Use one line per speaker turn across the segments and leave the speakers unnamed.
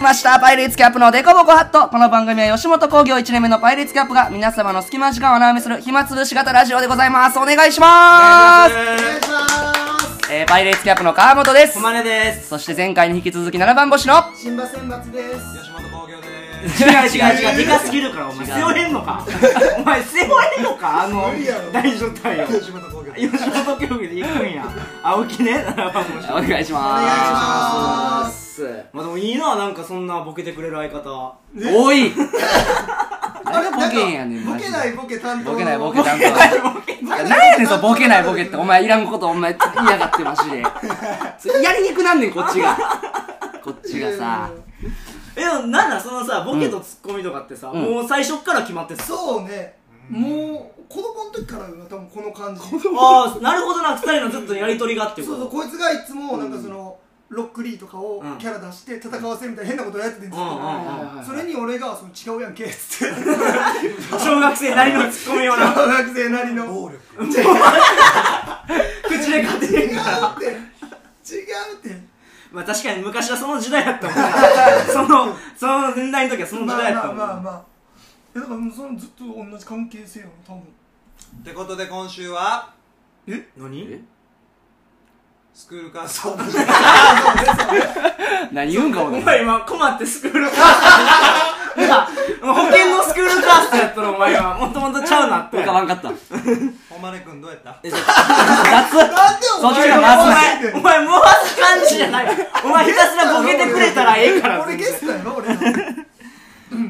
ましたパイレーツキャップのデコボコハットこの番組は吉本興業1年目のパイレーツキャップが皆様の隙間時間を穴埋めする暇つぶし型ラジオでございますお願いします
願いします
えーパイレーツキャップの川本です
こまねです。
そして前回に引き続き7番星の
新馬選抜です
吉本興業で
違う
違う
違う違
違う違
う
う。でかすぎるからお前背負えんのか。お前背負えんのかあの
無理やろ
大所帯を。
吉本興業
吉本興業で行くんや。青木ね。
お願
お
いします
お願いします
まあでもいいななんかそんなボケてくれる相方。
おい
あ
誰がボケんやねん
ボ
マジ
ケ
で
ないボケ担当
ボケないボケ
ボ
担当なんやねんそのボケないボケってお前いらんことお前言いやがってマジでそれ やりにくなんねんこっちが こっちがさ
えでもなんだそのさボケとツッコミとかってさ、
うん
もう最初から決まってさ。
そうねもう子供の時からよ多分この感じ
ああなるほどな二人のずっとやりとりがっていう
そ
こ
うそう
と。
こいつがいつもなんかその、ロックリーとかを
うん
キャラ出して戦わせるみたいな変なことやっててんですけど、
うんうんうん
それに俺がその違うやんけっつって
小学生なりのツッコミをな
小学生なりの暴力
口で勝て
違うっ
る
て
から。
違うって
まあ確かに昔はその時代やったもんねそのその年代の時はその時代やったも
まあ
ん、
まあまあまあいやだからもうそのずっと同じ関係性やろ多分
ってことで今週は
何
スクールカースト
何言うんか
お
お前
前今困ってスクールカーストなんか保険のスクールカーストやったらお前はもともとちゃうなって
浮かばんかった
ほまねくんどうやった
なんでお
そっち
前
が
お
ま
が
前お前もわす感じじゃないお前ひたすらボケてくれたらええから
俺ゲストやろ俺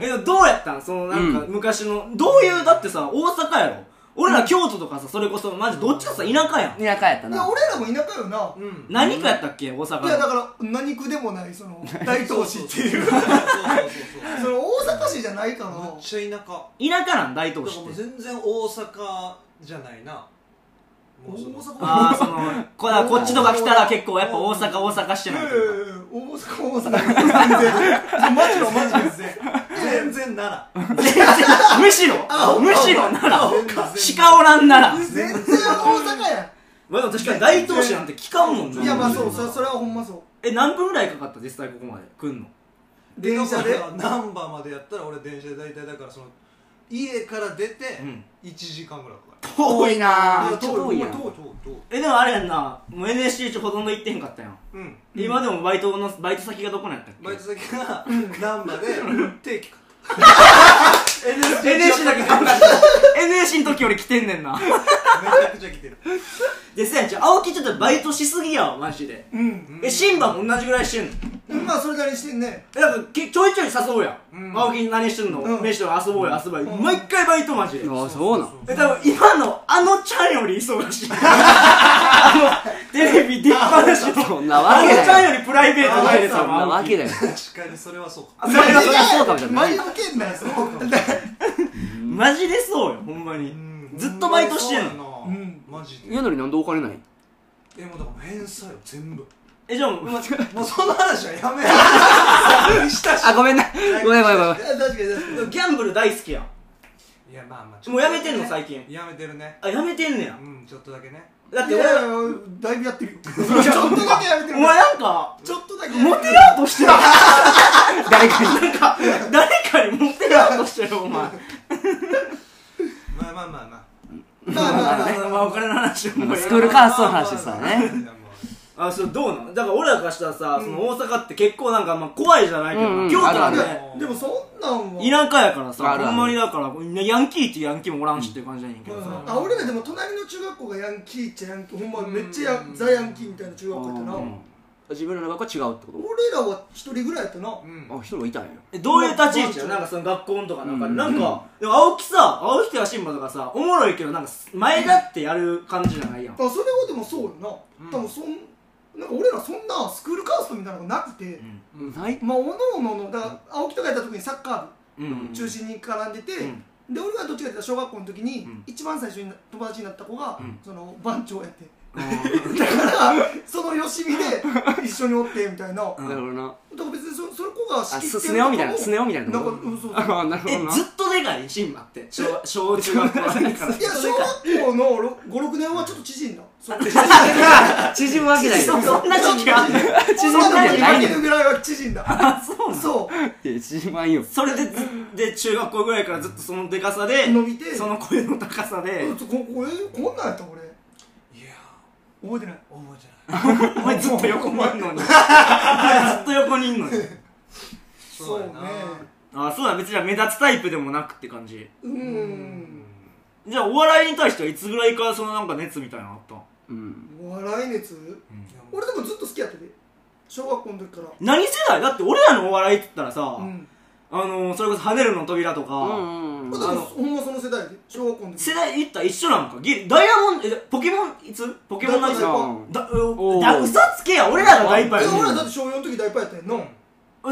えでもどうやったんそのなんか昔の、どういうだってさ大阪やろ俺ら京都とかさそれこそマジどっちかさ田舎やん
ず田舎やった
いや
な
俺らも田舎よな、
ん
何かやったっけ大阪
いやだから何区でもないその大東市っていう
そうそうそう
その大阪市じゃないから
そうめっちゃ田舎
田舎なん大
だ
東
か
市
ら
っ
も
て
う全然大阪じゃないなもうその
大阪
ああ、その、こだこっちとか来たら結構やっぱ大阪大阪して
い
な
や
い
い
と
やい
いうか。
や大阪大阪全然マジのマジですね
全然奈 良
むしろ
あ
むしろなら
全然
鹿おらんなら。
全然大阪や
まあでも確かに大東市なんて聞かんもんな。
んいやまあそうそそれはほんまそ
え、何分ぐらいかかった実際ここまで来んの。
う電車で
難波までやったら俺電車で大体だからその家から出て
うん
1時間ぐらいかかる
遠いな
めっちゃ遠いやん
遠い遠い遠い
え、でもあれやんな、もう NSC 中ほとんど行ってへんかったやん。
うん
今でもバイトの、バイト先がどこなんやったっ
バイ
け
ト先が難波で定期か
?NSC だけ頑張った。NSC の時より来てんねんな。
めちゃくちゃ来てる
で、せやんちゃん、青木ちょっとバイトしすぎやわ、マジで。
うん
え、シンバも同じぐらいしてんの
まあそれなりにしてんね
えなんかけちょいちょい誘うや。
うんん
青木に何してんの
うん
飯とか遊ぼうよ、遊ぼうよ。
うん
毎回バイトマジで。
あそうなん
え、多分今のあのちゃんより忙しい。あの、テレビ出っ放しの。
そんなわ
あの
け
ちゃ
だよ
んよりプライベートないで
そんなわけだよ
確かにそれはそうか
あそれがそれ
そうかもしれな
前
い
の件だよそう
マジでそうよ、ほんまに。ずっとバイトしてんの。
の
うん
マジで
家のりなんでお金ない
えもうだから返済よ全部
え、じゃあもう、
もうその話はやめろしたし
あごめんなごめんごめんごめん
確かに確かに
ギャンブル大好きやん。
いやまあまあちょっと
もうやめてんの、最近。
やめてるね
あ、やめてんねや
う。んちょっとだけね
だっ
い
て
や
俺、
いやだいぶやってるよちょっとだけやめて
お
る
前なんか、
ちょっとだけ
モテようとしてる。
誰かに
なんか、誰かにモテようとしてる、お前。
まあまあ
まあまあまあまあ
まあ
まあ、お金の話をもう
スクールカーストの話ですからね
まあまあまあま
あそうどうなのだから俺らからしたらさ、その大阪って結構なんかまあ怖いじゃないけど、
うんうん
京都なん
あ
て
る
ある
ね
いやでもそんなんは
田舎やからさ
あるある
ほんまにだからヤンキーってヤンキーもおらんしっていう感じやねんけどさ、
うんあ俺らでも隣の中学校がヤンキーっちゃヤンキーほんまめっちゃヤンザヤンキーみたいな中学校やったな
うん自分らの学校は違うってこ
俺らは一人ぐらいやったな
あうん
とあ一人がいたんや
えどういう立ち位置やなんかその学校のとかなんか、なんかでも青木さ青木や新馬とかさおもろいけどなんか前だってやる感じじゃないやん
あそれはでもそうよな、
うん
多分そんなんか俺らそんなスクールカーストみたいなのがなくて、
ない
まあおのおののだから青木とかやった時にサッカ
うん、
ー 部中心に絡んでて、で俺がどっちかっていうと小学校の時に、
うん
一番最初に友達になった子が、
ん
その番長やってだからそのよしみで一緒におってみたいな、
ん
だ
なるほどな
から別にそその子が仕切って
あすスネ夫みたいなスネ夫みたいな
な
とこ
んかうんそうそう
あなるほ
え
どな
ずっとでかいシンバって小小中学校は
いや小学校の56年はちょっと縮んだその
縮むわけない
そそんな時期あんの
縮
縮
むわ
ん
け
だ
ない
時ぐらいは縮んだ
あそうなの
そう
いや縮まんよ
それでずで中学校ぐらいからずっとそのでかさで
伸びて
その声の高さで
うんここれこんなんやった俺
いや
覚えてない
覚えてない
お前ずっと横 にいんのにお前ずっと横にいんのに
そうね
あそうだ別にじゃあ目立つタイプでもなくって感じ
うん
じゃあお笑いに対してはいつぐらいからそのなんか熱みたいなのあったん
うん
お笑い熱
俺
俺でもずっと好きやったで小学校の時から
何世代だって俺らのお笑いって言ったらさ、
うん
あのー、それこそ「跳ねるの扉」と
う
か、
んうん
だ
うん
か
あ
ら
の
ほんまその世代で小学校の時
世代いったら一緒なんかギリダイヤモンドえポケモンいつポケモンなん
ダ
か
イヤ
モン
だ
おー
だ嘘つけや俺らが大パー
え
や
俺らだ
ね
って小4の時大パーやったやんの、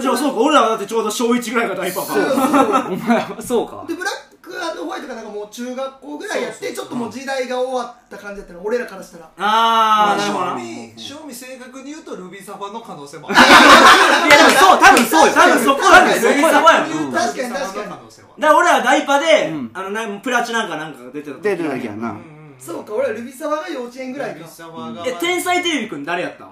じゃあそうか俺らがだってちょうど小1ぐらいが大パーか
そうそう
お前そうか
でブラックアンドホワイトがなんかもう中学校ぐらいやっ
そうそ
て
う
ちょっともう時代が終わった感じやったら俺らからしたら
あー、なるほど
賞
ない
味賞味正確に言うとルビーサファの可能性もある
やでもそう多分そうよ多分そこだね
確か
ル
に
ビーサファやもん
うん
だか
確かに確かに
可能性は
ら俺らダイパーで、
うん
あのなんプラチナかなんかが出てた時
出てるだけやな
そうか俺らルビサワが幼稚園ぐらい
ルビ
か
サファが
え天才テレビくん誰やった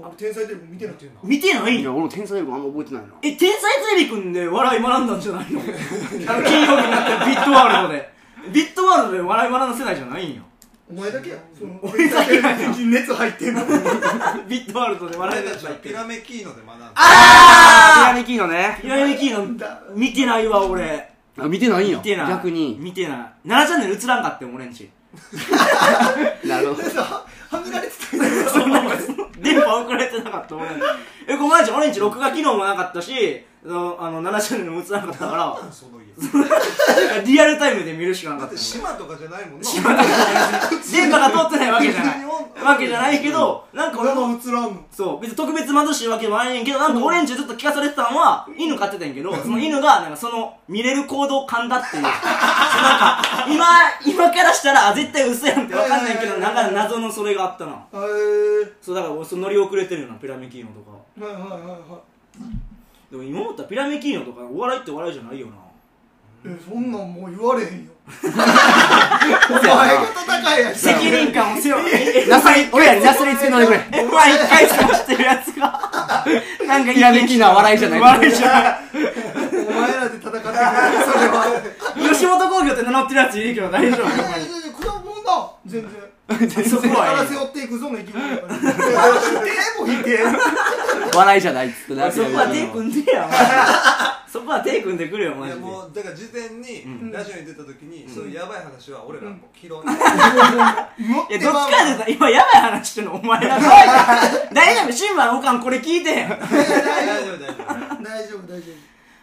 俺天才テレビ見て
な
なんい
ていうの
見てない
いや
よ
俺も天才力あんま覚えてないな
え天才テレビくんで笑い学んだんじゃないのあの金曜日になってるビットワールドでビットワールドで笑い学んだ世代じゃないんよ
お前だけやその
俺だけやな
天才テレビに熱入ってんの
ビットワールドで笑
俺
い
た
学ん
ち
だ
は
っ
ピ
て
ラメキーノで学んだ
あーピラミキーノね
ひらめきの見てないわ俺
あ見てないんや
見てない
逆に
見てない7チャンネル映らんかってん俺んち
なるほど
はめられてたよ
そんなこと電波送られてなかった俺んちえこまち俺んち録画機能もなかったしそのあの7チャンネルも映らなかったか
その家
らリアルタイムで見るしかな
だ
か
っ
ってた
島とかじゃないもんな
電波が通ってないわけじゃないわけじゃないけどなんか俺
俺
も
も映らんの
そう、別に特別貧しいわけもないねんけど、なんかオレンジずっと聞かされてたのは、犬飼ってたんやけど、その犬が、なんかその、見れる行動を噛んだっていう。なんか、今、今からしたら、あ、絶対嘘やんってわかんないけど、なんか謎のそれがあったな。
へえー
そう、だから俺、その乗り遅れてるよな、ピラミキーノとか。
はいはいはいはい
でも今思ったらピラミキーノとか、お笑いってお笑いじゃないよな。
えそんなんもう言われへんよお前が戦いや
責任感を背負う。 え
なすり俺らになすりつけ乗りくれ
えお前一回しかしてるやつが、なんかいい
ピラミキーノは笑いじゃない
笑いじゃ
お前らで戦ってくれそれは
ない。吉本興業って名乗ってるやついるけど大丈
いやいやいや
夫。
これはもうな全然
そこ
か
は
ら
ええ
背負っていくぞの意気込みだから否定も否定
笑いじゃないっつってな
そこは手組んでやお前そこは手組んでくれよマ
い
ジ
や
で
もうだから事前にラジオに出た時にそういうやばい話は俺らもう拾う
持っ
いや
て
どっ
まう
ちかでさ今やばい話してんのお前ら 大丈夫シンバのおかんこれ聞いてへん
大丈夫大丈夫
大丈夫大丈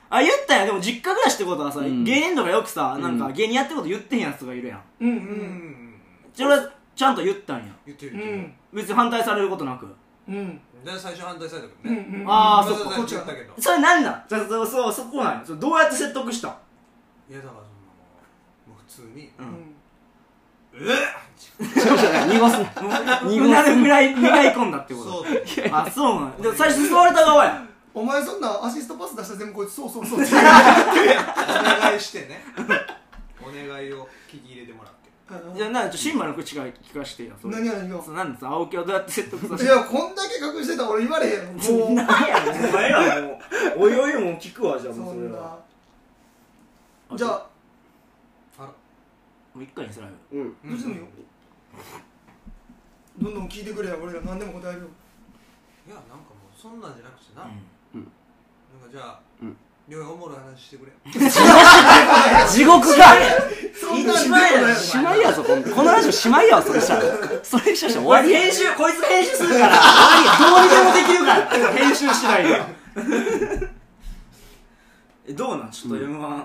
あ言ったんやでも実家暮らしってことはさ、
うん
芸人とかよくさなんか芸人やってること言ってへんやつとかいるやん
夫うんう
うんうんん
それはちゃんと言ったんや
言ってる
う
言ってる
ん
別に反対されることなく
うん
で最初反対されたけ
う
どね
ん
あー
ま
そっか
こっちやったけど
それなんなんそそうそうそこなんやそれどうやって説得したん
いやだからそんなもうもう普通に
う
うんん
えっ
そうじゃない濁すな
うなるぐらい磨い込んだってこ
そ
と
うだよ
あそうなんやでも最初誘われた側や
お前そんなアシストパス出したら全部こ いつそうそうそうって
お願いしてねお願いを聞き入れてもらって
じゃあなんかシンバの口から聞かしてよそれ
何や何が
そうなんです青木をどうやって説得させ
い
た
やこんだけ隠してたら俺言われへんもう
何やねんお前らもうおいおいもう聞くわじゃあも
そ
うそれ
ん
は
なじゃあ
あら
もう一回にすらよ
うん
どうしてもいいよどんどん聞いてくれや俺ら何でも答えるよ
いやなんかもうそんなんじゃなくてな、なんかじゃあ、
うん
両親おもろい話してくれ
地獄か
そんなんでも
一番
な
や
い
しまいやぞこんこのラジオしまいやわそれしたらそれしたら終
こ
わ
いつ
りや
編集こいつ編集するからどうにでもできるから編集次第で えどうなんちょっと M1 ちょ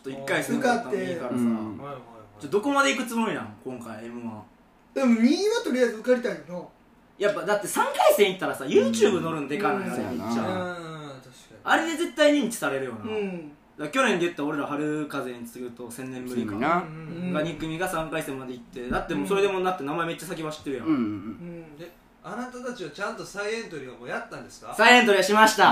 っと一回戦ったのいいからさ
うん
はいはい
ちょどこまで行くつもりなん今回 M1
でも2位はとりあえず受かりたいよ
やっぱだって3回戦行ったらさ YouTube 乗るんでかない
うん
や
そうやな
行っち
う
ゃう
ーん確か
あれで絶対認知されるよな
なうん
から去年で言ったら俺ら春風に次ぐと千年ぶりか
千年な
うん
うん
が2組が3回戦まで行ってだってもうそれでもなって名前めっちゃ先走ってるやん、
うんうん
うん
であなたたちはちゃんと再エントリーはもうやったんですか
サイエントリーはしま した、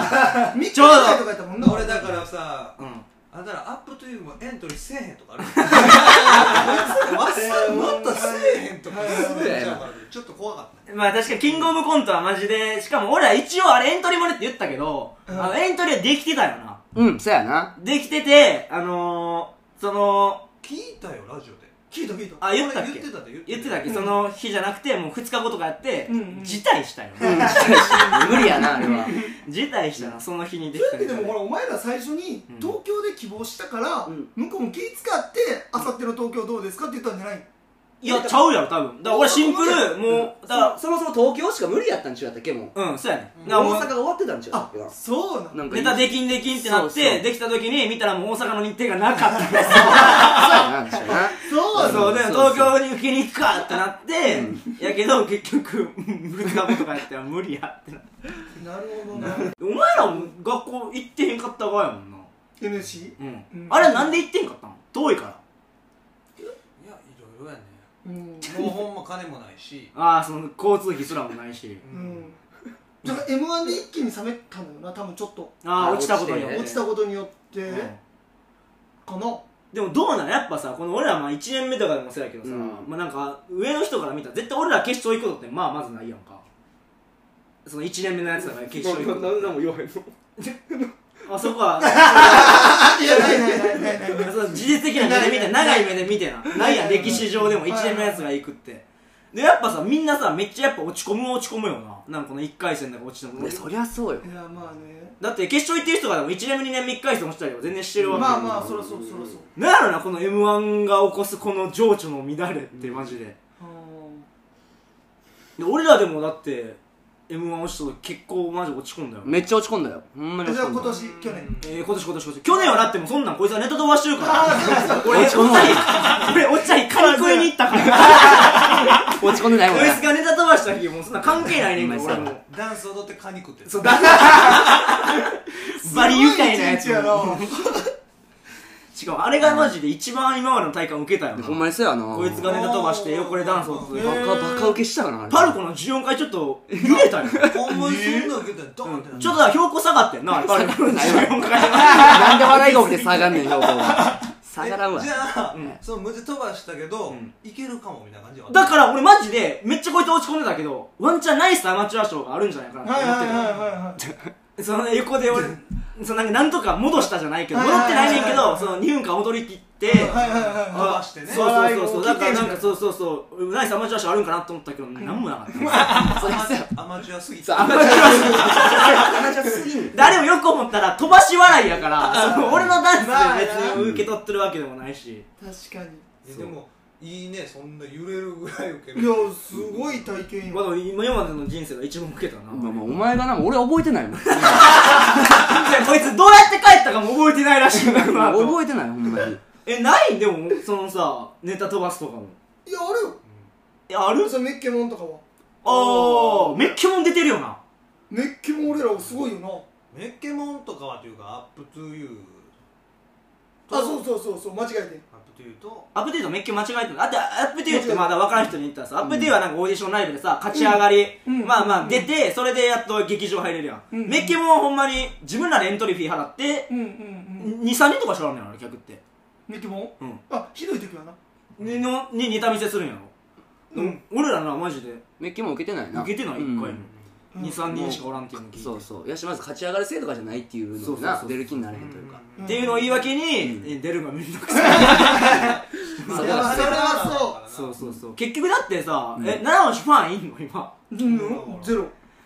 ミッキ
ちょうど
ーとかやったもんな
俺だからさ
うん、
あんたらアップトゥーユーもエントリーせえへんとかある わっさもっとせえへんとかすぐやっちゃうからちょっと怖かった
まあ確かにキングオブコントはマジでしかも俺ら一応あれエントリー漏れって言ったけど、
うん
あのエントリーはできてたよな
うん。うん、そうやな。
できててあのー、その
聞いたよラジオで
聞いた聞いた
あ言ったっけ
俺言ってたで
言ってたっけ、その日じゃなくてもう2日後とかやって、
うんうん
辞退したよ、
無理やな、あれは。
辞退したなその日にでき
だ
た
って
ネ
で
タ
もほらお前ら最初に
うん
東京で希望したから、
うん
向こうも気使って「あさっての東京どうですか?」って言ったんじゃない
いやちゃうやろ多分だから俺シンプルもうだか
そもそも東京しか無理やったんちゅうやったっけ、もう。
らうんそうやね、
うん
だからもう
終わってたんち
あ
な
そうなの
なんかい
ネ
い
タできんできんってなって
そうそう
できた時に見たらもう大阪の日程がなかったんです
そうやな、確かにな。
そうなの
そうで
そうそう
東京に受けに行くかってなって、やけど結局2日後とかやったら無理やってなって
なるほどな
お前らも学校行ってへんかった側やもんな
NSC?
うん、
うん
あれなんで行ってへんかったの遠いから
いやいろいろやね
うん
もうほんま金もないし
ああその交通費すらもないし
うんだから m 1で一気に冷めたのよな多分ちょっと
ああ
あー
落ちたことによって
落ちたことによってかな
でもどうなんやっぱさこの俺らまあ1年目とかでもそうやけどさ、
うん
まあなんか上の人から見たら絶対俺ら決勝行くことってまあまずないやんかその1年目のやつだから決勝行くこと
も言わへんの。
あそこは
あいやないないないないない
その事実的な目で見て長い目で見てなないやん歴史上でも1年目のやつが行くってでやっぱさみんなさめっちゃやっぱ落ち込む落ち込むよななんかこの1回戦だから落ちて
い
も
や、そりゃそうよ。
いやまあね
だって決勝行ってる人がでも1年目2年目1回戦落ちたりは全然してるわけ
まあまあそらそうそらそう
なんやろなこの m 1が起こすこの情緒の乱れってマジでで俺らでもだって m 1落ちた時結構マジ落ち込んだよ、
めっちゃ落ち込んだよ。ほんまに
あじ
落
ゃ
ち
あ
込ん
今
だ。
年去年
えー、今年今年今年去年はだってもうそんなんこいつはネタ飛ばしてるから俺おっ
落
ち
ち
ゃ
込
ん
むわ
俺おっちゃんにカニ食いに行ったから
落ち込んでないもん
こい
ね
つ。がネタ飛ばした日もうそんな関係ないねんから俺も
ダンス踊ってカニ食ってた
そうだバリ愉快なやつ
すごい一日やな
しかもあれがマジで一番今までの体感受けたよな
ほんまにそうやな。
こいつがネタ飛ばして横でダンスを続け
へ
て
ー
バカ、バカ受けしたよな、あれ
パルコの14回ちょっと揺れたよ
ほんまにそんなん受けたらドーンってな
ちょっとだから標高下がってんなあれパルコの14回
なんで笑いが起きて下がんねん、標高が。下がらんわ
えじ。ゃあ、
うん
その無事飛ばしたけど、
うん
いけるかもみたいな感じは
だから俺マジでめっちゃこうやって落ち込んでたけどワンチャンナイスアマチュア賞があるんじゃないかなって
はい
思
は
って
い
る、
はいはいはい
その横で俺そのなんかなんとか戻したじゃないけど
はい
戻
はい
ってないねんけ
はいはい
ど
はい
その2分間踊り切って
はいはいはい
伸
は
ばしてね
そうそうそうそう
笑いを聞いて
だからなん
みたい
か
な
そうそうそうナイスアマチュア賞あるんかなと思ったけど何もなかった
そりゃそうや。
アマチュアすぎて
そう、アマチュア。アマチュアすぎんねん。
誰もよく思ったら飛ばし笑いやから その俺のダンスで別に受け取ってるわけでもないし
い確かに
えでもいいねそんな揺れるぐらい受け
い
る
やすごい体験
ま
よ
あでも今までの人生が一番受けたな
まあまあお前がな、俺覚えてないもん。
でこいつどうやって帰ったかも覚えてないらしいんだ よな
覚えてない、ほんまに。
えないでもそのさネタ飛ばすとかも
いやあれよ
えある
それメッケモンとかは
ああめっきもん出てるよな
メッケモン俺らはすごいよな
メッケモンとかはというかアップトゥーユー
あそうそうそうそう間違えて
アップトゥーユーと
アップデートめっき間違えてるあとアップデートってまだ分からん人に言ったらさアップデートはなんかオーディションライブでさ勝ち上がり、
うんうん
まあまあ出てそれでやっと劇場入れるやん、
うん
メッキもんはほんまに自分らでエントリーフィー払って
うんうんうん
23人とかしかおらんねやろ客って
メッケモン
うん
あひどい時はな
にのにネタ見せするんやろ、
うん
俺らなマジで
メッキも受けてないな。
受けてない1回も、
うん
23人しかおらんっていうの聞いて
そうそう。やし、まず勝ち上がる制度がじゃないっていうの
そう
が
そう
な
そ、う
出る気になれへんというか。
うん
っていうのを言い訳に、え出るのがめんどくさい
そ
い
こ
や
は
それは
そうそうそう結局だってさ、
うん
え奈良市ファンいんの今
そううんゼロ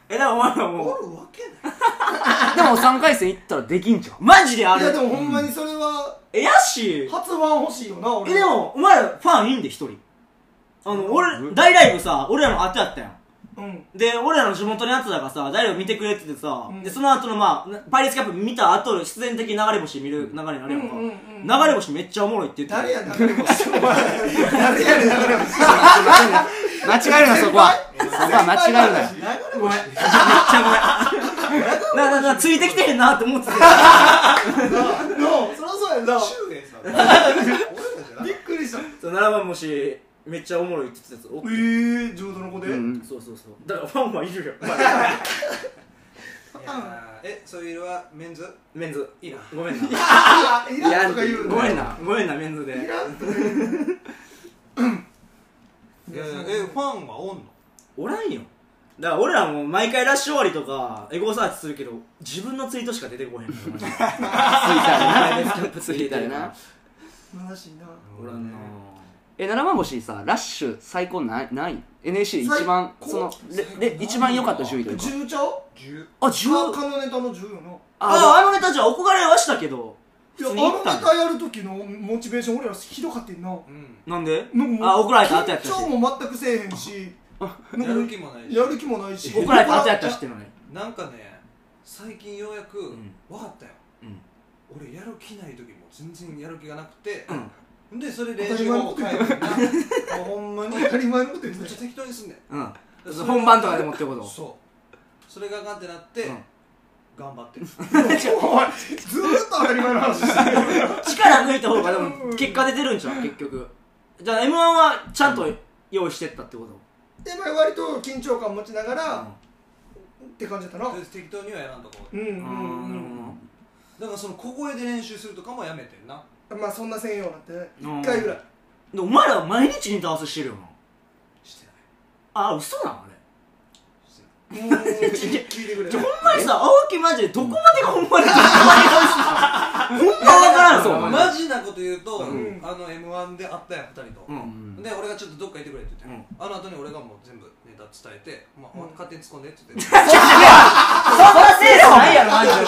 えだからお前らも
お
う
るわけない
でも3回戦行ったらできんじゃん。
マジであ
いや
れ
でもほんまにそれは
えやし
発番欲しいよな俺
えでもお前らファンいんで一人あの俺大ライブさ俺らの当てあったやん
うん
で俺らの地元のやつらがさ大ライブ見てくれててさ、
うん
でその後のまあなパイレーツキャップ見た後必然的に流れ星見る流れになるやんか、
うんうんうん
流れ星めっちゃおもろいって言ってた
誰や流れ星お前誰やねん流れ星
間違えるな、そこは。そこは間違えるな。
流れ星
ごめんめっちゃごめんなななついてきてへんなって思ってた
のそりゃそ
ど
中英さん俺らじゃな
び
い
っくりした
そう奈良番虫めっちゃおもろいって言ってたやつお
えー、地元の子で、
うん
そうそうそうだからファンはいる よ
やーえそういう色はメンズ
メンズ
いいな
ごめんな
あいらんとか言うの
ごめんなごめんなメンズで
いらんとか
ええファンはおんの
おらんよだから俺らも毎回ラッシュ終わりとかエゴサーチするけど自分のツイートしか出てこへん のツイッターな
ツイッターな
悲しいな
おらんな
え七番星さラッシュ最高なない NSC で一番
最
その
最高
レレ一番良かった順位というか
10ちゃう
10
あ10
他のネタの10よな
あああのネタじゃ憧れはしたけど
いやあ
普通に
の
行
ネ
ったんだ
タやる時のモチベーション俺らひどかったんななん
うん
なんで
かもう
あ怒られた後やったし
緊張も全くせえへんしなんか
やる気もないし
やる気もないし
怒られた後やったしってのね
なんかね最近ようやく
ん
分かったよ
うん
俺やる気ない時も全然やる気がなくて
うん
んでそれ
当
で
たり前のことや
もうほんまにめっ
当たり前のこと言って
ちゃ
た
適当にすんねん
うん
それ
本番とかでもってこと
そうそれがあかんってなって
うん
頑張ってる
おいずーっと当たり前の話してる
力抜いた方がでも結果出てるんちゃう結局じゃあ m 1はちゃんと用意してったってこと
でまあ割と緊張感持ちながら、
うん
って感じだったな
とりあえず適当にはやらんとこ
うんうんう
あーなる
ん
だからその小声で練習するとかもやめてんな
まあそんな専用なんて
ほどな
1回ぐらい
でもお前らは毎日インター合わせしてるよな
してない
あ嘘なのあれ
してない
もう聞いてくれ
ちょほんまにさ青木マジでどこまでがほんまに どこまでが嘘なのほんまわからん
そう
ぞ
マジなこと言うと、
ん
あの m 1で会ったやん2人と、
うん
うん
で俺がちょっとどっか行ってくれって言って、あの後に俺がもう全部ネタ伝えて、まあ
うん
勝手に突っ込んでって言って
そんなセンスないやろマジで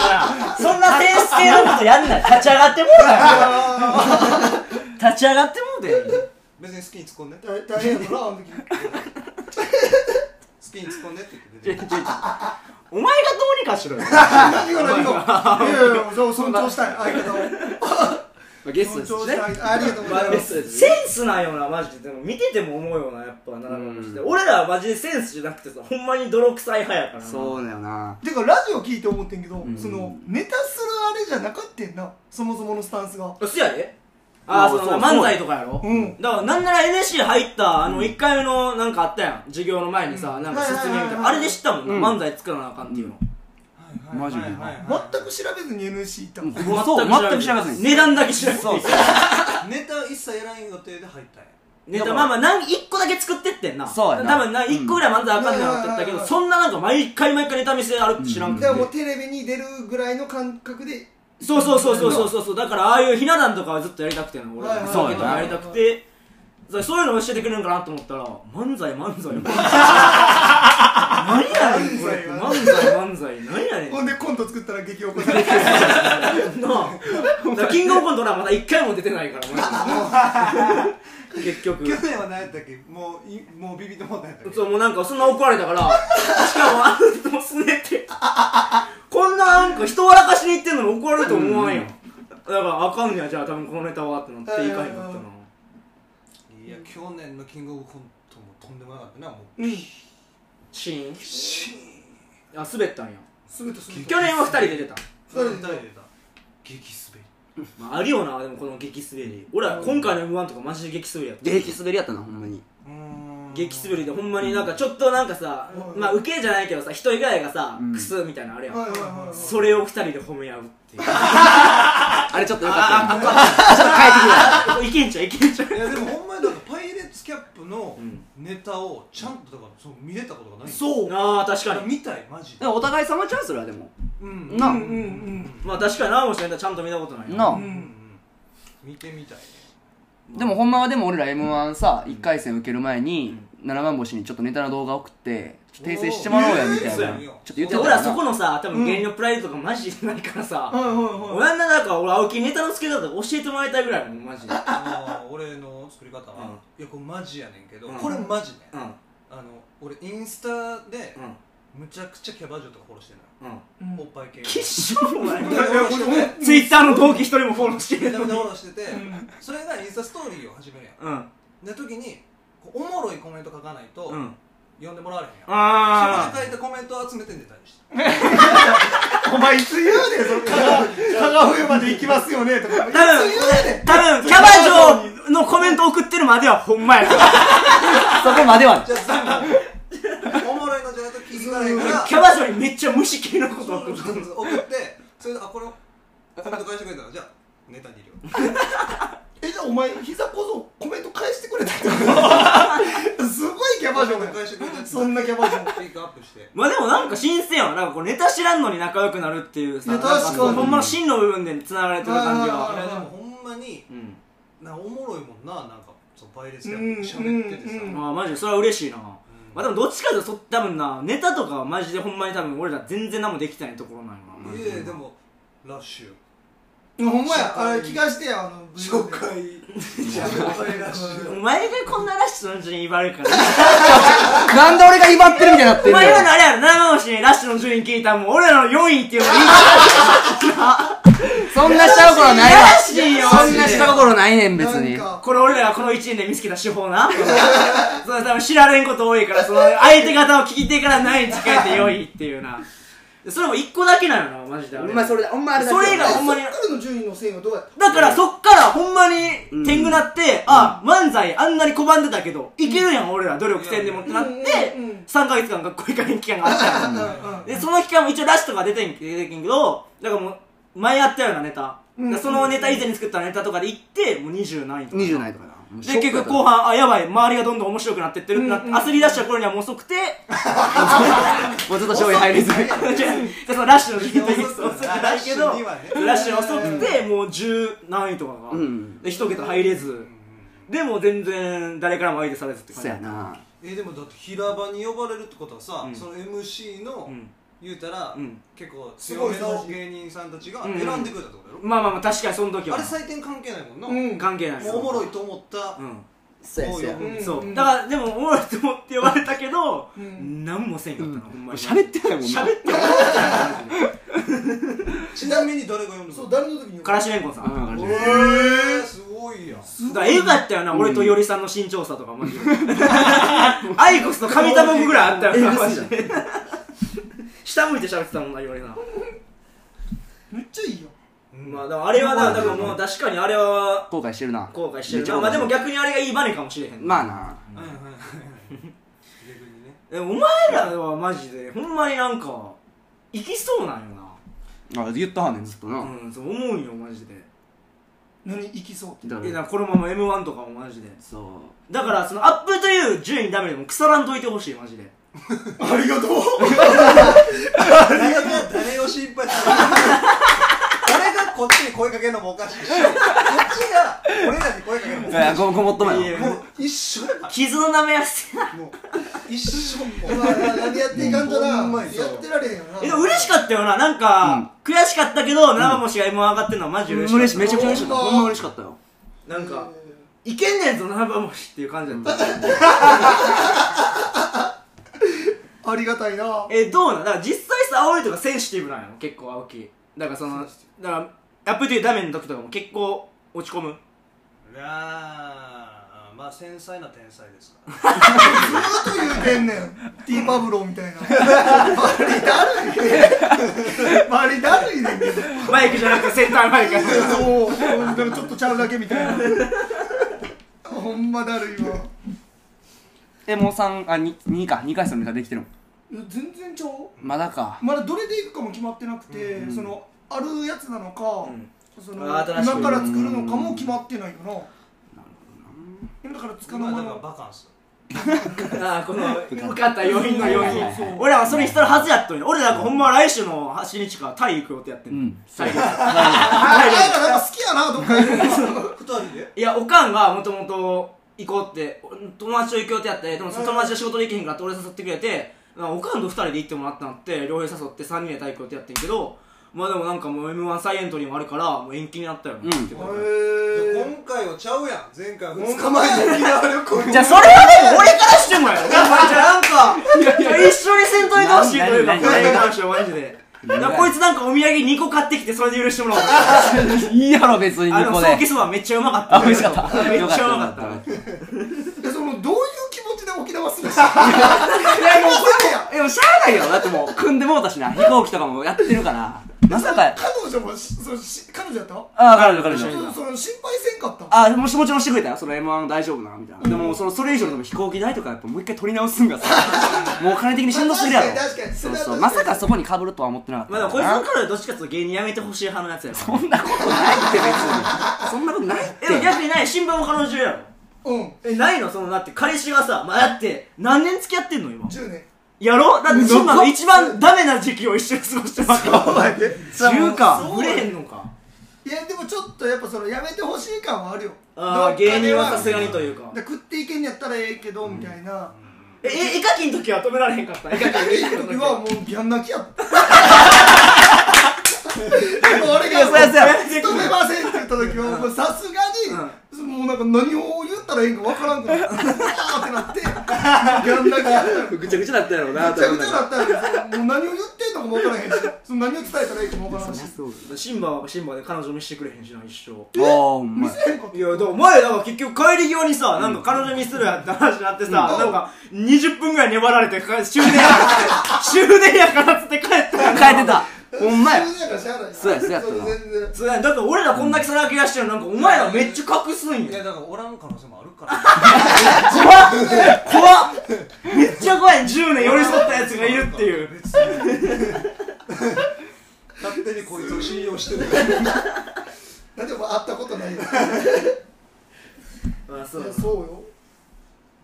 そんなセンス系のことやんない立ち上がってもうだよ立ち上がってもうだよ
別に好きに突っ込んで好
大大変やったなあの時
きに突っ込んでって言っ
ちょい
て出て
ちょいちょいお前がどうにかしろよ
何が何がいやいやいやそう尊重したい相方を
まあゲスト
尊
で
重
すし
し
ね
たいありがとうござい
ゲ
ま
ス
す
トですし
セ
ね
ンスないよなマジででも見てても思うよなやっぱな
うん
俺らはマジでセンスじゃなくてさほんまに泥臭い派やからな
そうだよな
てかラジオ聞いて思ってんけど、
ん
そのネタするあれじゃなかったんなそもそものスタンスが
うそやでああ
も
そうの
そう
漫才とかやろ
うん
だからなんなら NSC 入ったあの1回目のなんかあったやん授業の前にさなんか説明みたい
はいはいはい
な
は
あ
い
れで知ったもん
う
なん漫才作らなあかんっていうの
マジで
はいはいはいはい
全く調べずに NSC 行ったもん
もうそう全く知らずに
値段だけ知らずに
ネタ一切やらん予定で入ったんや
ネタまあまあ何1個だけ作ってってんな
そうやな
多分な1個ぐらい漫才あかんねやろって言ったけ
うん
どそんななんか毎回毎回ネタ見せあるって知らんくて
でももうテレビに出るぐらいの感覚で
そうそうそうそうそうそうそうだからああいうひな壇とかはずっとやりたくてな俺
はいはい
はい
そういうのやりたくてそうそういうの教えてくれるんかなと思ったら漫才漫才漫才何やねんこれ
漫
漫才漫才何やねん
ほんでコント作ったら激怒されて
なあだからキングオブコントなまだ一回も出てないからマジで結局
去年は何やったっけもういもうビビってもったんやったっけ
そうもうなんかそんな怒られたからしかもあんたもすねてこんななんか人笑かしに行ってんのに怒られると思わんやんだからあかんねやじゃあ多分このネタはってなっていかへんかったない
や去年のキングオブコントもとんでもなかったなもう
うん
シーンあ滑ったんや
すぐとすぐ
去年は2人で出た、
そう
二人で出た激滑り
まあ、あるよなでもこの激滑り俺は今回の m 1とかマジで激滑りやった
激滑りやったなほんまに
うーん
激滑りでほんまになんかちょっとなんかさ、
うん
まあ受けじゃないけどさ人以外がさ、
うん
クスみたいなのあれやん、
はいはいはいはい
それを2人で褒め合うっていう
あれちょっとよかったなあちょっと変えてくれ
あいけんちゃういけんちゃう
いやでもほんまにだからパイレーツキャップの
うん
ネタをちゃんとだからそう見れたことがない
そうああ確かに
見たいマジで
でもお互い様チャンスだよでも
うん
な
うんうんうん
まあ確かに直しのネタちゃんと見たことない
なあ
あ
う
うんん見てみたいね
でもほんまはでも俺ら m 1さ1回戦受ける前に七番星にちょっとネタの動画送ってちょっと訂正してもらおうやみたいな
おー
ちょっと言ってた
俺
からら
そ
な
このさ多分芸人のプライドとかマジでないから
はい
さ、
はいはい
俺の中俺青木ネタの付け方とか教えてもらいたいぐらいもんマジで
あー俺の作り方は、いやこれマジやねんけど、
うん
これマジね、
うんうん
あの俺インスタで、むちゃくちゃキャバ嬢とかフォローしてる
うん
うん
のよおっぱい系
きっしょお前
いやいやこれ俺
ツイッターの同期一人もフォローして
め
る
ちゃ
の
めちゃ
に
フォローしてて、それがインスタストーリーを始めるやん
うん
で時にこうおもろいコメント書かないと、
うん
呼んでもらわれへんやんそ
あ
こで書いたコメントを集めてネタにして
あ
お前いつ言うねんその香川上まで行きますよねとか
多分、多分、キャバ嬢のコメント送ってるまではほんまやな。そこまでは。
じゃあ全部おもろいのじゃないと気づかないから
キャバ嬢にめっちゃ虫系のこと送
送
る。
ってそれであこれコメント返してくれたらじゃあネタに入れよう
えじゃあお前膝小僧コメント返してくれたってこと すごいキャバ嬢だよ
返してくれたやつ
そんなキャバ嬢
ピークアップして
まあでもなんか新鮮やわ。なんかこうネタ知らんのに仲良くなるっていうさ、
いや確か
なん
に
こうほんまの真の部分で繋がれてる感じ
い
が。
やでもほんまに
うん。
なおもろいもんななんかそのパイレーツで喋ってて
う
さ、
んうんうん
まあマジでそれは嬉しいな。まあでもどっちかというとそ、多分な、ネタとかはマジでほんまに多分俺ら全然何もできてないところなんやな。
いやいやでもラッシュ
ほんまやあれ聞かしてやあの
紹介紹介ラッシュ
お前がこんなラッシュのうちに威張るから。
なんで俺が威張ってるみたいになっ
お
てんだ
前
よ
今のあれやろ、生々しいラッシュの順位聞いたらもう俺らの4位っていうのがいい
そんな下心ないわ
らしいよ
そんな下心ないねん別
なん
に
か
これ俺らがこの1年で見つけた手法な それ多分知られんこと多いからその相手方を聞いてから何に近いて良いっていうなそれも1個だけなのなマジであ
お
れ
前それだお前あれだけ
それ以外
え
ほんまに
そっからの順位の線はどうやった
だからそっからほんまに天狗なって、あ漫才あんなに拒んでたけどいけるやん、俺ら努力せんでもってなって、
うんうんうん
3ヶ月間学校行かへん期間があった んでその期間も一応ラストが出てん出てんけどだからもう前やったようなネタ、
んうん
そのネタ以前に作ったネタとかで行ってもう20何位とか
20ないとかな
で結局後半あやばい周りがどんどん面白くなってってるってなって、焦り出した頃にはもう遅くて
もうちょっと醤油入りず
でそのラッシュの時期に遅くないけど
ラッシュにはね
ラッシュ遅くてもう十何位とかが、
うん
で一桁入れずでもう全然誰からも相手されずって
そ
感じ
やな
えでもだって平場に呼ばれるってことはさ、その MC の、
ん
言うたら、
うん
結構強めの芸人さんたちが選んでくれたってことやろ、
まあまあまあ確かにその時は
あれ採点関係ないもんな、
うん
関係ないです
もうおもろいと思った、
うん
そやそや
うん
そう、
うん
だからでもおもろいと思って言われたけど、
ん
何もせんかったな、ほんまに
喋ってないもんな
喋ってなかったなマジで
ちなみに誰が呼んだ
そう
の
誰の時に
からしれんこんさん、
うん
えー、すごいやん
だからエグかったよな、俺とよりさんの身長差とかマジでアイコスと紙卵ぐらいあったよなマジで下向いて喋ってたもんなよりな
めっちゃいいよ
まあでもあれはなだからもう確かにあれは
後悔してるな
後悔してるなまあでも逆にあれがいいバネかもしれへん
まあな
うんうんうんうん逆にね
でもお前らはマジでほんまになんかいきそうなんよ
あ言ったはんねんずっと
な
な
うんそう思うんよマジで
何行きそう
だか
え
ら
なこのまま m 1とかもマジで
そう
だからそのアップという順位ダメでも腐らんといてほしいマジで
ありがとう
誰が誰を心配する誰がこっちに声かけるのもおかしいしこっちが俺らに声かけるのもお
い
かし
やごごもっとも
い
や
や
いもう一緒やか
傷の舐めやすい な
らもう一緒もう
まあ何やっていかんとな
うんほんま
や
にそう
ってられへんよな
えでも嬉しかったよななんか、悔しかったけど生もしが M1 上がってるのはマジ嬉しかった、
嬉しいめちゃくちゃ嬉しかった
ほんま
ほんま嬉しかったよ
なんかいけんねんぞ生もしっていう感じだった、
ありがたいな
えどうなんだから実際さ青いとかセンシティブなんやろ結構青木だからそのだからアップデートダメの時とかも結構落ち込む
いやーまあ繊細な天才ですから
ずっと言うてんねんティーパブローみたいな周りだるいねん周りだるいねんけど
マイクじゃなくてセンターマイク
そうなんかちょっとちゃうだけみたいなほんまだるいわ
えもう3あに2か2回戦のネタできてるもん
全然ちゃう
まだ か
まだどれでいくかも決まってなくて、そのあるやつなのか、
ん
その
あー新しい
今から作るのかも決まってないよな今だからつかの
今
間
だから
の
バカンス
ああこ の受かった余韻の余
はいはい
韻俺らはそれにしたるはずやっとんよ俺らがほんまは来週の8日かタイ行くよってやって
うん
の
ん
タイ行く
ああやなんか好きやなど っか行くの
二人で
いや、おかんがもともと行こうって、友達と行く予定やって、でもその友達が仕事で行けへんからって俺誘ってくれて、なんかおかんと二人で行ってもらったなって、両平誘って三人で体育行ってやってんけど、まあでもなんかもう M1 再エントリーもあるから、もう延期になったよ、ね。
うん
で
へ
今回はちゃうやん前回は
え
2日前に
沖縄旅行
じゃあそれはでも
俺からし てもやろじゃあなんか、一緒にせんといてほしいというか、
な
これに関してはマジで。だからこいつなんかお土産2個買ってきてそれで許してもらおうと思って。
俺いいやろ別に
あ
2
の、
個
ソ
で
ーキそばめっちゃうまかった。
あ美味しかった
めっちゃうま
よ
か
か
っ
ったた。
でそのどういう気持ちで沖縄はすぐしいやもうこれや
でもしゃあないよだってもう組んでもうたしな飛行機とかもやってるから
まさかや。
彼女もしそのし彼女やった
ああ、彼女彼
ちょっと
女。
その心配せんかった
あもしもちろんしてくれたよその m 1大丈夫なみたいなでもそのそれ以上の飛行機代とかやっぱもう一回取り直すんがさもうお金的にしんどすぎるやろ
まあ確かに確かに
そう
そ
そう
れは確かに
まさかそこに被るとは思ってなかったまあでもこいつの彼女どっちかっていうと芸人やめてほしい派のやつやろ
そんなことないって別に。そんなことないっ
えでも
て。
逆にない新聞も彼女やろ
うん
えないのそのだって彼氏がさまあだって何年付き合ってんの今
10年
やろだってそんなの一番ダメな時期を一緒に過ごしてます から10かぶれへんのか
いやでもちょっとやっぱそのやめてほしい感はあるよ
ああ
どっか
芸
で
人はさすがにというか
で食っていけんやったらええけどみたいな
ええ絵描きの時は止められへんかった絵描
いい時はもうギャン泣きやったでも俺がもう
そうや
勤めませんって言った時はもうさすがにもうなんか何を言ったらええんかわから んからあーってなってギャン泣きやったよ
ぐちゃぐちゃだったやろうな
めちゃくちゃだったんですもう何を言ってんのかもわからへんしその何を伝えたらいいかもわからんし
シンバはシンバで彼女見してくれへんしな一生
ああ、お前。
いやでも前だから結局帰り際にさ、なんか彼女見するやって話になってさ、なんか20分ぐらい粘られて帰終電やからって終電やからっつって帰ったやん
変えてた。ほんまや。
それなんかしゃあない
そうやそうやったな
それ全然
そうやんだって俺らこんだけさらけ出してるのなんかお前らめっちゃ隠すん
いや
や
だからおらん可能性もある から
怖っめっちゃ怖い10年寄り添ったやつがいるっていう
勝手にこいつを信用してる
なんでも会ったことないよ
あそ
そうう
だ
そうよ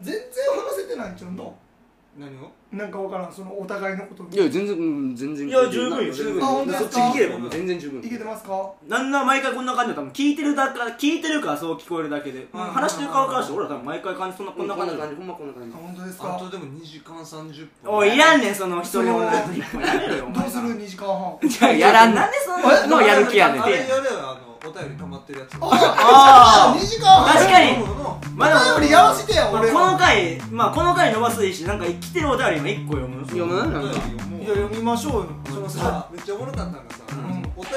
全然話せてないんちゃうの
何を
なんかわからんそのお互いのこと
いや、全然、うん全然。
いや十分よ十分
あ本当ですか
そっち聞ければもう全然十分。
いけてますか
なんなら毎回こんな感じだったもん聞いてるだから聞いてるからそう聞こえるだけで、
ん
話してる側からして俺ら多分毎回感じそんなこ
こ
ん
ん
な
な
感
感
じ
じ、
だっ
ほんまこんな感
あ
じ。
本当です
あ
か
とでも2時間30
た
分
おいいらんねんその一人女と一本やめろよお
ど
前
うする2時間半
いややらんなんでそんなのやる気やねん
あれやれよあのお便り溜まってるやつ
あ2時間半
確かに
の
まあでも
お便りやらせてよ
まあ
俺
この回まあこの回伸ばすといいしなんか来てるお便り今一個読む
読むなん
お便
か。
りをもう
いや読みましょうよ
そのさめっちゃおもろかったのがさ、
ん
お便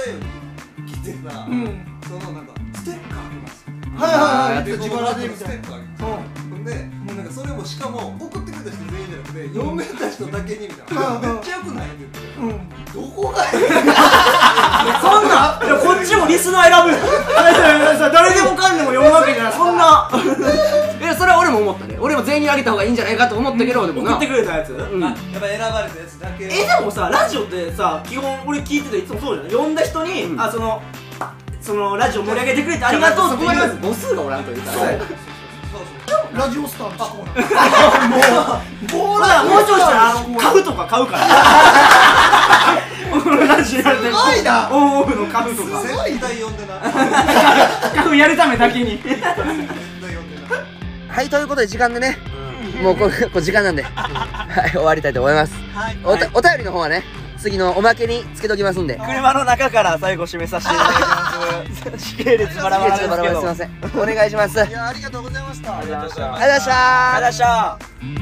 り来てさ、
うん
そのなんかステッカーあげます
はいはいはい
で
自腹でみ
ス
た
テ
い
ッ
な
カーあげます
うん
ほんで、もうなんかそれもしかも送ってくれた人全員じゃなくて読めた人だけにみたいな、
うん
めっちゃよくないって言って
うん
どこがいい
そんないやこっちもリスナー選ぶよ誰でもかんでも読むわけじゃないそんな
え、それは俺も思ったね。俺も全員にあげた方がいいんじゃないかと思ったけど、でも
送
な。
っ
う
てくれたやつ、
ん。
やっぱ選ばれたやつだけ
えでもさラジオってさ基本俺聞いてていつもそうじゃん読んだ人に、
うん
あそのそのラジオ盛り上げてくれてありがとうっ
そ
て
こ
いう
がまず母数がおらんというか。そう。
ラジオスターのコーナ
ほらもうちょいしたらあの買うとか買うから ラジオやる
ーないな
オンオフの買うとか
絶対呼んでな絶
買うやるためだけに
対呼んでな
はい、ということで時間でね、もうこれこれ時間なんで、はい、終わりたいと思います。はい、おたお便りの方はね、次のおまけにつけときますんで。
車の中から最後締めさせていただきます 時系列バラバラですけど
すいません。お願いします。ありがとうございました。ありがとうございました。ありがとうございました。
ありがとうございました